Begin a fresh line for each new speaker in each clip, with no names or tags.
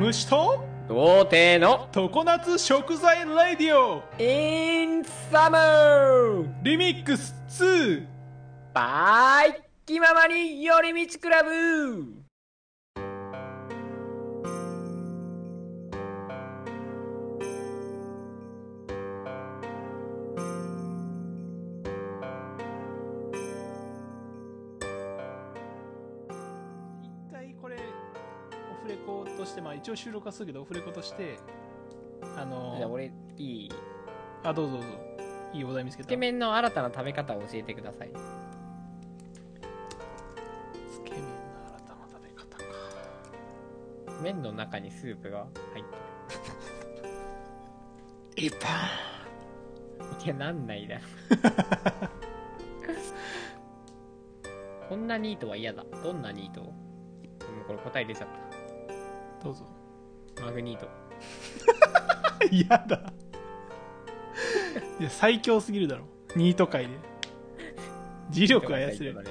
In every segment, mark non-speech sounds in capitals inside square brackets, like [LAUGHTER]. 虫と
童貞の
常夏食材ラディオ
インサマー
リミックス2
バイ気ままに寄り道クラブ
一回これオフレコとしてまあ一応収録はするけどオフレコとしてあの
じゃあ俺いい
あどうぞどうぞいいお題見つけ
つ
た
け麺の新たな食べ方を教えてください
つけ麺の新たな食べ方か
麺の中にスープが入って
一本
るいやなんないだろこんなニートは嫌だどんなニートもうこれ答え出ちゃっ
どうぞ [LAUGHS]
たマグニート
嫌だいや最強すぎるだろニート界で磁力操れる
ね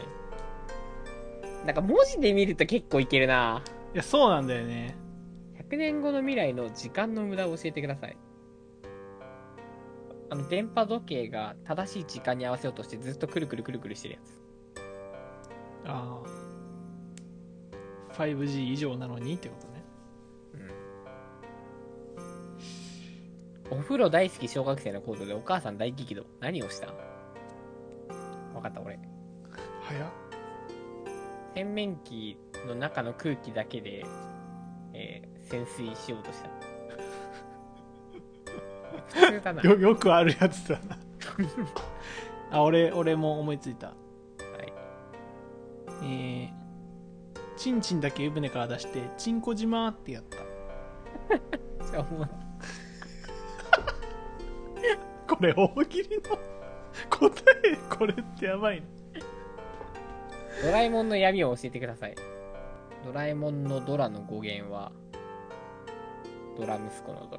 なんか文字で見ると結構いけるない
やそうなんだよね
100年後の未来の時間の無駄を教えてくださいあの電波時計が正しい時間に合わせようとしてずっとくるくるくるくるしてるやつ
ああ 5G 以上なのにってことね
お風呂大好き小学生の行動でお母さん大激怒何をした分かった俺
早っ
洗面器の中の空気だけで、えー潜水しようとした普通だな
よよくあるやつだなあ俺俺も思いついた
はい
えー、チンチンだけ湯船から出してチンコ島ってやった
じゃあお前
これ大喜利の答えこれってやばいな
ドラえもんの闇を教えてください。ドラえもんのドラの語源は、ドラ息子のド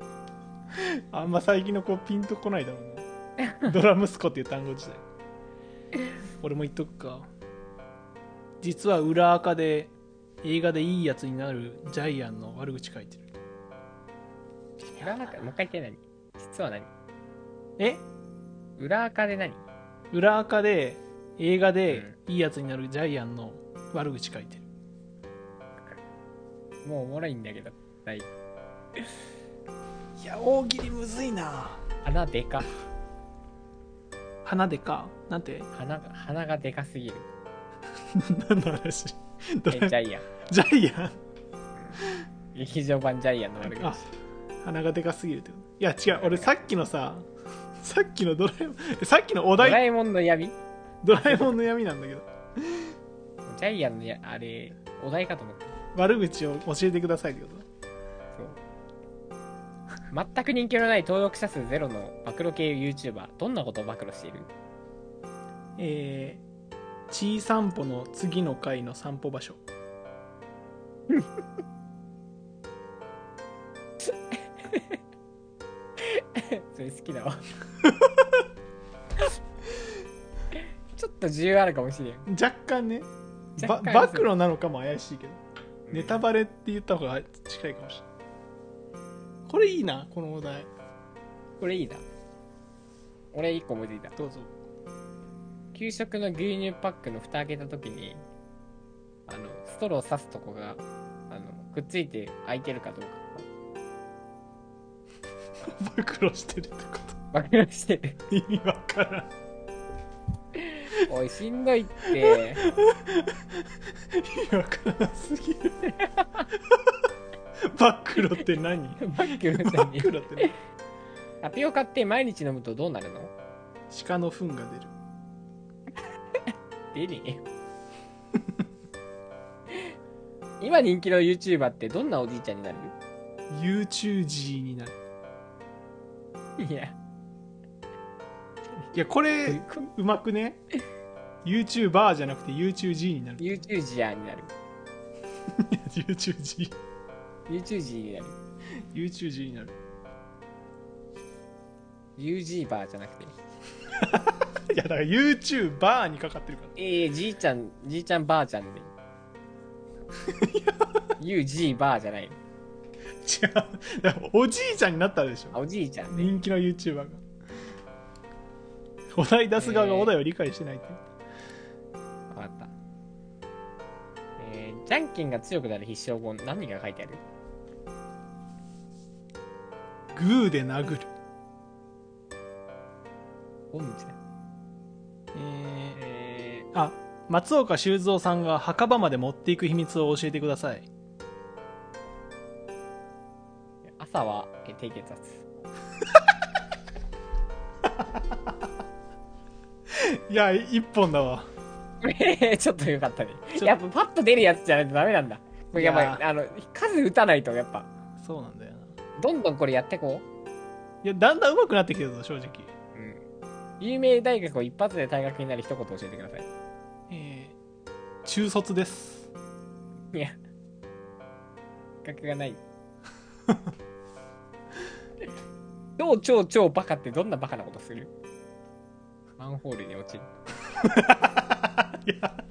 ラ。
あんま最近の子ピンとこないだろうなドラ息子っていう単語自体 [LAUGHS] 俺も言っとくか実は裏垢で映画でいいやつになるジャイアンの悪口書いてる
裏垢、もう一回言って何実は何
え
裏垢で何
裏垢で映画でいいやつになるジャイアンの悪口書いてる
もうおもろいんだけど。はい。
いや大喜利むずいな
鼻でか。
花でかなんて
鼻が、鼻がでかすぎる。
[LAUGHS] 何の話ド
え、
ラ
ジ
えもん
ャイアン。
ジャイアン
劇場版ジャイアンの悪口。
あ鼻がでかすぎるってこといや違う俺さっきのささっきのドラえもんえさっきのお
ド
題
ラえもんの闇ジ
ドラえもんの闇なんだけど
ャイアンのや、あれ、お題かと思った。
悪口を教えてくださいってこと
そう。全く人気のない登録者数ゼロの暴露系 YouTuber。どんなことを暴露している
えー、ちいさんぽの次の回の散歩場所
それ好きだわちょっと需要あるかもしれん
若干ねば
若干
暴露なのかも怪しいけどネタ
ば
バレって言った方が近いかもしれないこれいいなこのお題
これいいな俺一個思いついた
どうぞ
給食の牛乳パックの蓋開けた時にあのストロー刺すとこがあのくっついて開いてるかどうか
暴露してるってこ
分かりましてる
と意味わからん
おいしんどいって
意味わからなすぎる暴露って何
マックルさ
暴
んに
露って何
タピオカって毎日飲むとどうなるの
鹿の糞が出る
出ね
[LAUGHS]
えよ今人気の YouTuber ってどんなおじいちゃんになる
YouTuber になる
いや
いやこれうまくね YouTuber じゃなくて YouTuber になる
ユーチュージアになる。
YouTuber
ユーチュージになる。
[LAUGHS] YouTuber になる
ユージーバーじゃなくて。
いやだから YouTuber にかかってるか
ええじいちゃん、じいちゃんばあちゃんで。
[LAUGHS]
UG バーじゃない
違
の
うだからおじいちゃんになったでし
あ
ょ
おじいちゃんね
人気の YouTuber がお題出す側がお題を理解してないって、
分かったえー、じゃんけんが強くなる必勝本何が書いてある
グーで殴る
本じゃん
え
え
ーあ松岡修造さんが墓場まで持っていく秘密を教えてください
ー、朝はえー低血圧 [LAUGHS]
いや一本だわ
えーちょっとよかったね
ちょっ。と
やっぱパッと出るやつじゃないとダメなんだ。これやばい。
いやー
あの、数打たないと、やっぱ、
そうなんだよない
どんどんこれやってこ
やだんだん上手くなってきてるぞ正直
う。うん。有名大学を一発で退学になる一言教えてください。
えー中卒です
いや、学が
[LAUGHS]
ない。超超超バカってどんなバカなことするマンホールに落ちる。
いや [LAUGHS]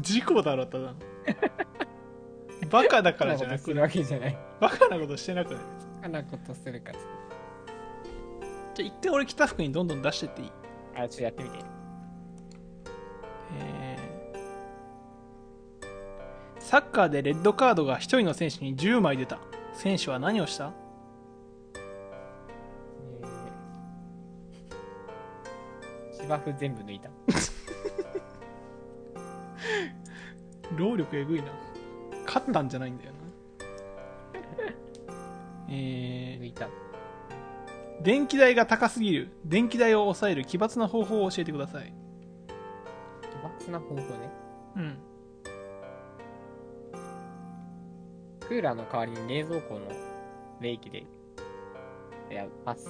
事故だろただのバカだからじゃな
す
く
るわけじゃない。
バカなことしてなくない
バカなことするから。
じゃあ一回俺着た服にどんどん出してっていい
あ、ちょっとやってみて。
えーサッカーでレッドカードが1人の選手に10枚出た選手は何をした
えー芝生全部抜いた。
労力えぐいな勝ったんじゃないんだよな [LAUGHS] え
抜いた。
ー電気代が高すぎる電気代を抑える奇抜な方法を教えてください
奇抜な方法ね。
うん
クーラーの代わりに冷蔵庫の冷気で。いや、パ [LAUGHS] ス。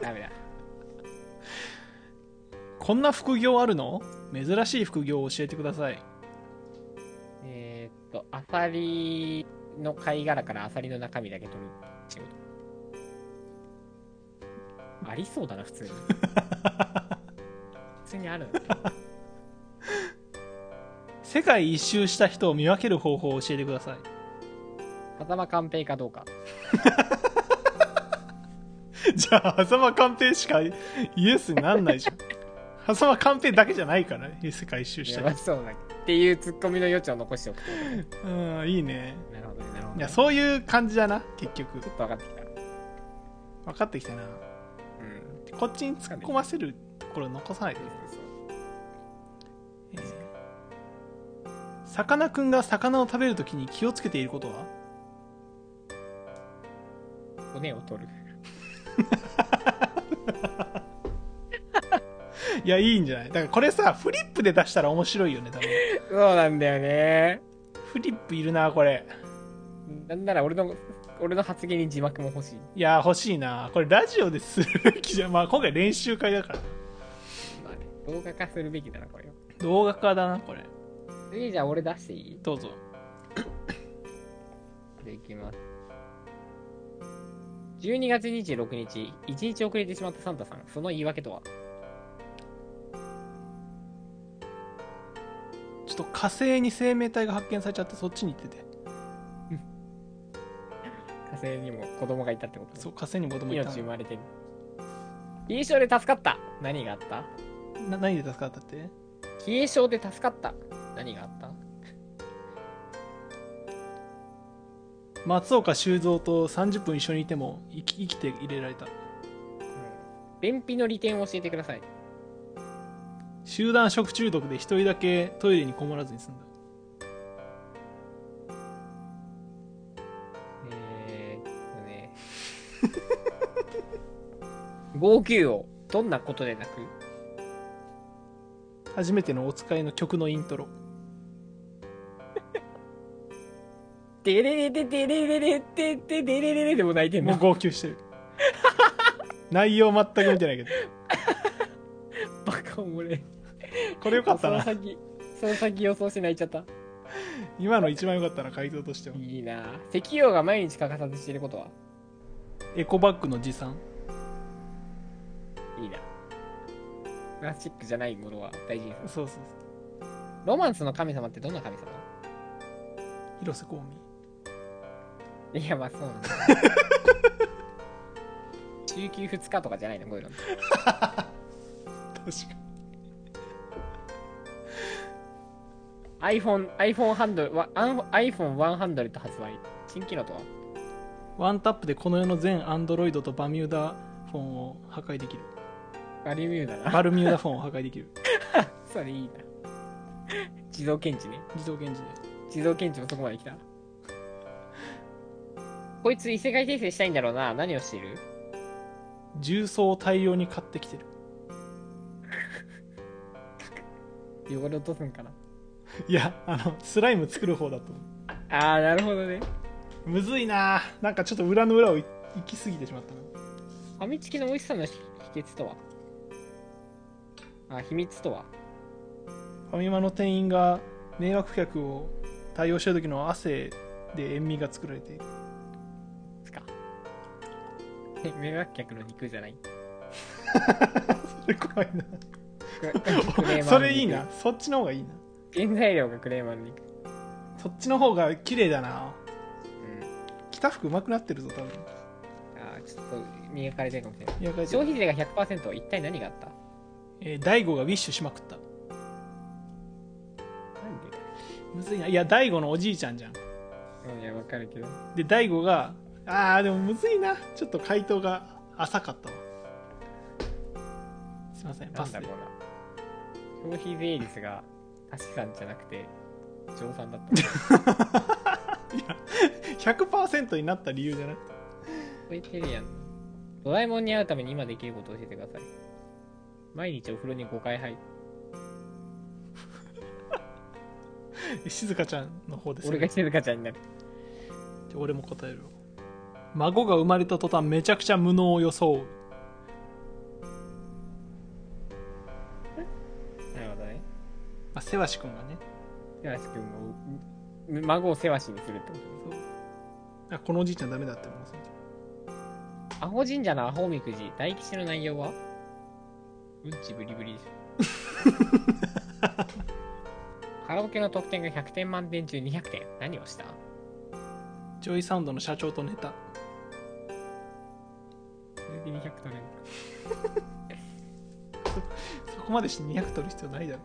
ダメだ。
こんな副業あるの珍しい副業を教えてください
えー、っと、アサリの貝殻からアサリの中身だけ取る仕事。ありそうだな、普 [LAUGHS] 通に。普通にあるな
世界一周した人を見分ける方法を教えてください
風間寛平かどうか。
[LAUGHS] じゃあ、狭間寛平しかイエスになんないじゃん。狭間寛平だけじゃないからね、世界一周し
や
た
ば
り。
そうだ。っていうツッコミの余地を残しておくってことね。
うん、いいね。
なるほどね、なるほどね。
いや、そういう感じだな、結局
ち。ょっと分かってきた。
分かってきたな。
うん。
こっちに突っ込ませるところ残さないで
そう
ね。
そう
えーさかなクンが魚を食べるときに気をつけていることは
そう骨を取る。
いや、いいんじゃないだからこれさ、フリップで出したら面白いよね、多分。
そうなんだよね。
フリップいるな、これ。
なんなら俺の、俺の発言に字幕も欲しい。
いや、欲しいな。これラジオでするべきじゃん。まあ、今回練習会だから。
まあね、動画化するべきだな、これは。
動画化だな、これ。
次じゃあ俺出していい
どうぞ。
でいきます。12月26日、1日遅れてしまったサンタさん、その言い訳とは
ちょっと火星に生命体が発見されちゃってそっちに行ってて
火星にも子供がいたってこと
そう火星に子供いた
命生まれてる。冷え性で助かった何があった
な何で助かったって
冷え性で助かった何があった
松岡修造と30分一緒にいても生き生きて入れられた
便秘の利点を教えてください。
集団食中毒で一人だけトイレにこもらずに済んだ
えーっとね。号泣をどんなことでなく
初めてのお使いの曲のイントロ
デレレレデレレレデデレレレレでも泣いてん
もう
の
号泣 [LAUGHS] してる内容全く見てないけど
バカおもれ
これよかったな
その先その先予想して泣いちゃった
今の一番よかったな回答としてはい
いな石油が毎日欠かさずしていることは
エコバッグの持参
いいなプラスチックじゃないものは大事にする
そうそうそう
ロマンスの神様ってどんな神様
広瀬香
いやまあそ
[LAUGHS]
うなんだ週休2日とかじゃないのこういうの
美確か
iPhone, iPhone ハンドル、わあん iPhone100 発売。新機能とは
ワンタップでこの世の全アンドロイドとバミューダフォンを破壊できる
バリミューだな。
バルミューダフォンを破壊できる
[LAUGHS] それいいな。自動検知ね。
自動検知
自動検知もそこまで来た。こいつ異世界転生したいんだろうな。何をしている
で重曹を大量に買ってきてる
汚れ落とすんかな。
いやあのスライム作る方だと思
あー、なるほどね。
うむずいななんかちょっと裏の裏をい行き過ぎてしまったな
ファミチキの美味しさの秘秘訣とはあ、秘密とは
ファミマの店員が迷惑客を対応してる時の汗で塩味が作られている
つか。 [LAUGHS] 迷惑客の肉じゃない。
それ怖いな
クレクレーマーの [LAUGHS] 肉
それいいな。そっちの方がいいな
原材料がクレーマーの肉。
そっちの方が綺麗だな
うん。
着た服うまくなってるぞ多分
あーちょっと磨かれてるかもしれない。
いや書いて
消
る
費税が100%、一体何があった
えー大悟がウィッシュしまくった
なんで
むずいないや大悟のおじいちゃんじゃん
うん、いや、わかるけど。
で大悟があーでもむずいなちょっと回答が浅かったわすいません
な
パ
ん
ス
だ
で
ろうな。消費税率が足し算じゃなくて、乗算だった。
100%になった理由じゃない
超えてるやん。ドラえもんに会うために今できることを教えてください。毎日お風呂に5回入る。
静香ちゃんの方です
俺が静香ちゃんになる。
じゃあ俺も答えるわ孫が生まれた途端めちゃくちゃ無能を装う
なるほどね。
まあせわし君がね
セワシ君も、う孫をセワシにするってことね
そうあこのおじいちゃんダメだって思う
アホ神社のアホおみくじ、大吉の内容はうんちブリブリでし [LAUGHS] ょ。カラオケの得点が100点満点中200点。何をした
ジョイサウンドの社長とネタ
200取れる。
そこまでして200取る必要ないだろ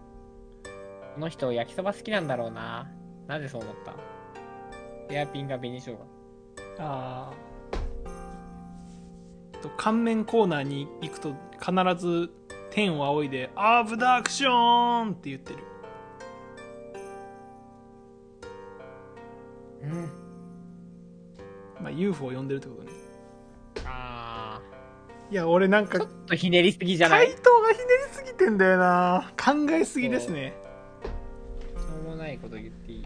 この人、焼きそば好きなんだろうな。なぜそう思ったヘアピンが紅生姜。
あーえっと乾麺コーナーに行くと必ず天を仰いで「アブダクション!」って言ってる
うん。
まあ UFO を呼んでるってことね
あ
いや俺なん
ー。
か
ちょっとひねりすぎじゃない
回
し
答がひねりすぎてんだよな考えすぎですね
ょうもないこと言っていい。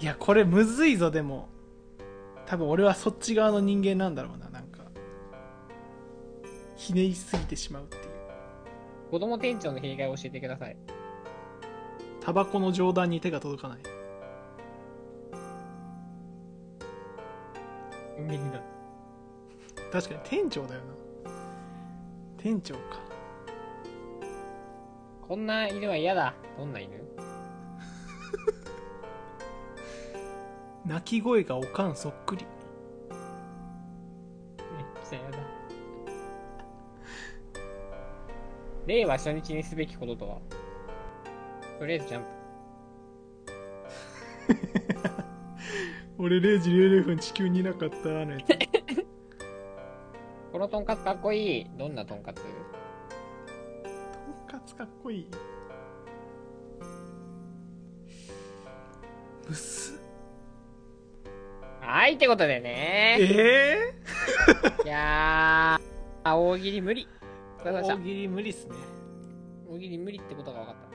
いやこれむずいぞでも多分俺はそっち側の人間なんだろうななんかひねりすぎてしまうっていう
子供店長の弊害を教えてください。
タバコの上段に手が届かない
コンビニだ。
確かに店長だよな店長か
こんな犬は嫌だ。どんな犬
鳴き声がおかんそっくり
めっちゃやだ。例は初日にすべきこととはとりあえずジャンプ。
俺0時00分地球にいなかったのやつ
このとんかつかっこいい。どんなとんか
と
つ
んかつかっこいいむす
はい、ってことでね。
え
いやー、あ大喜利無理。お疲れ
ー、
様でした
大喜利無理っすね
大喜利無理ってことが分かった。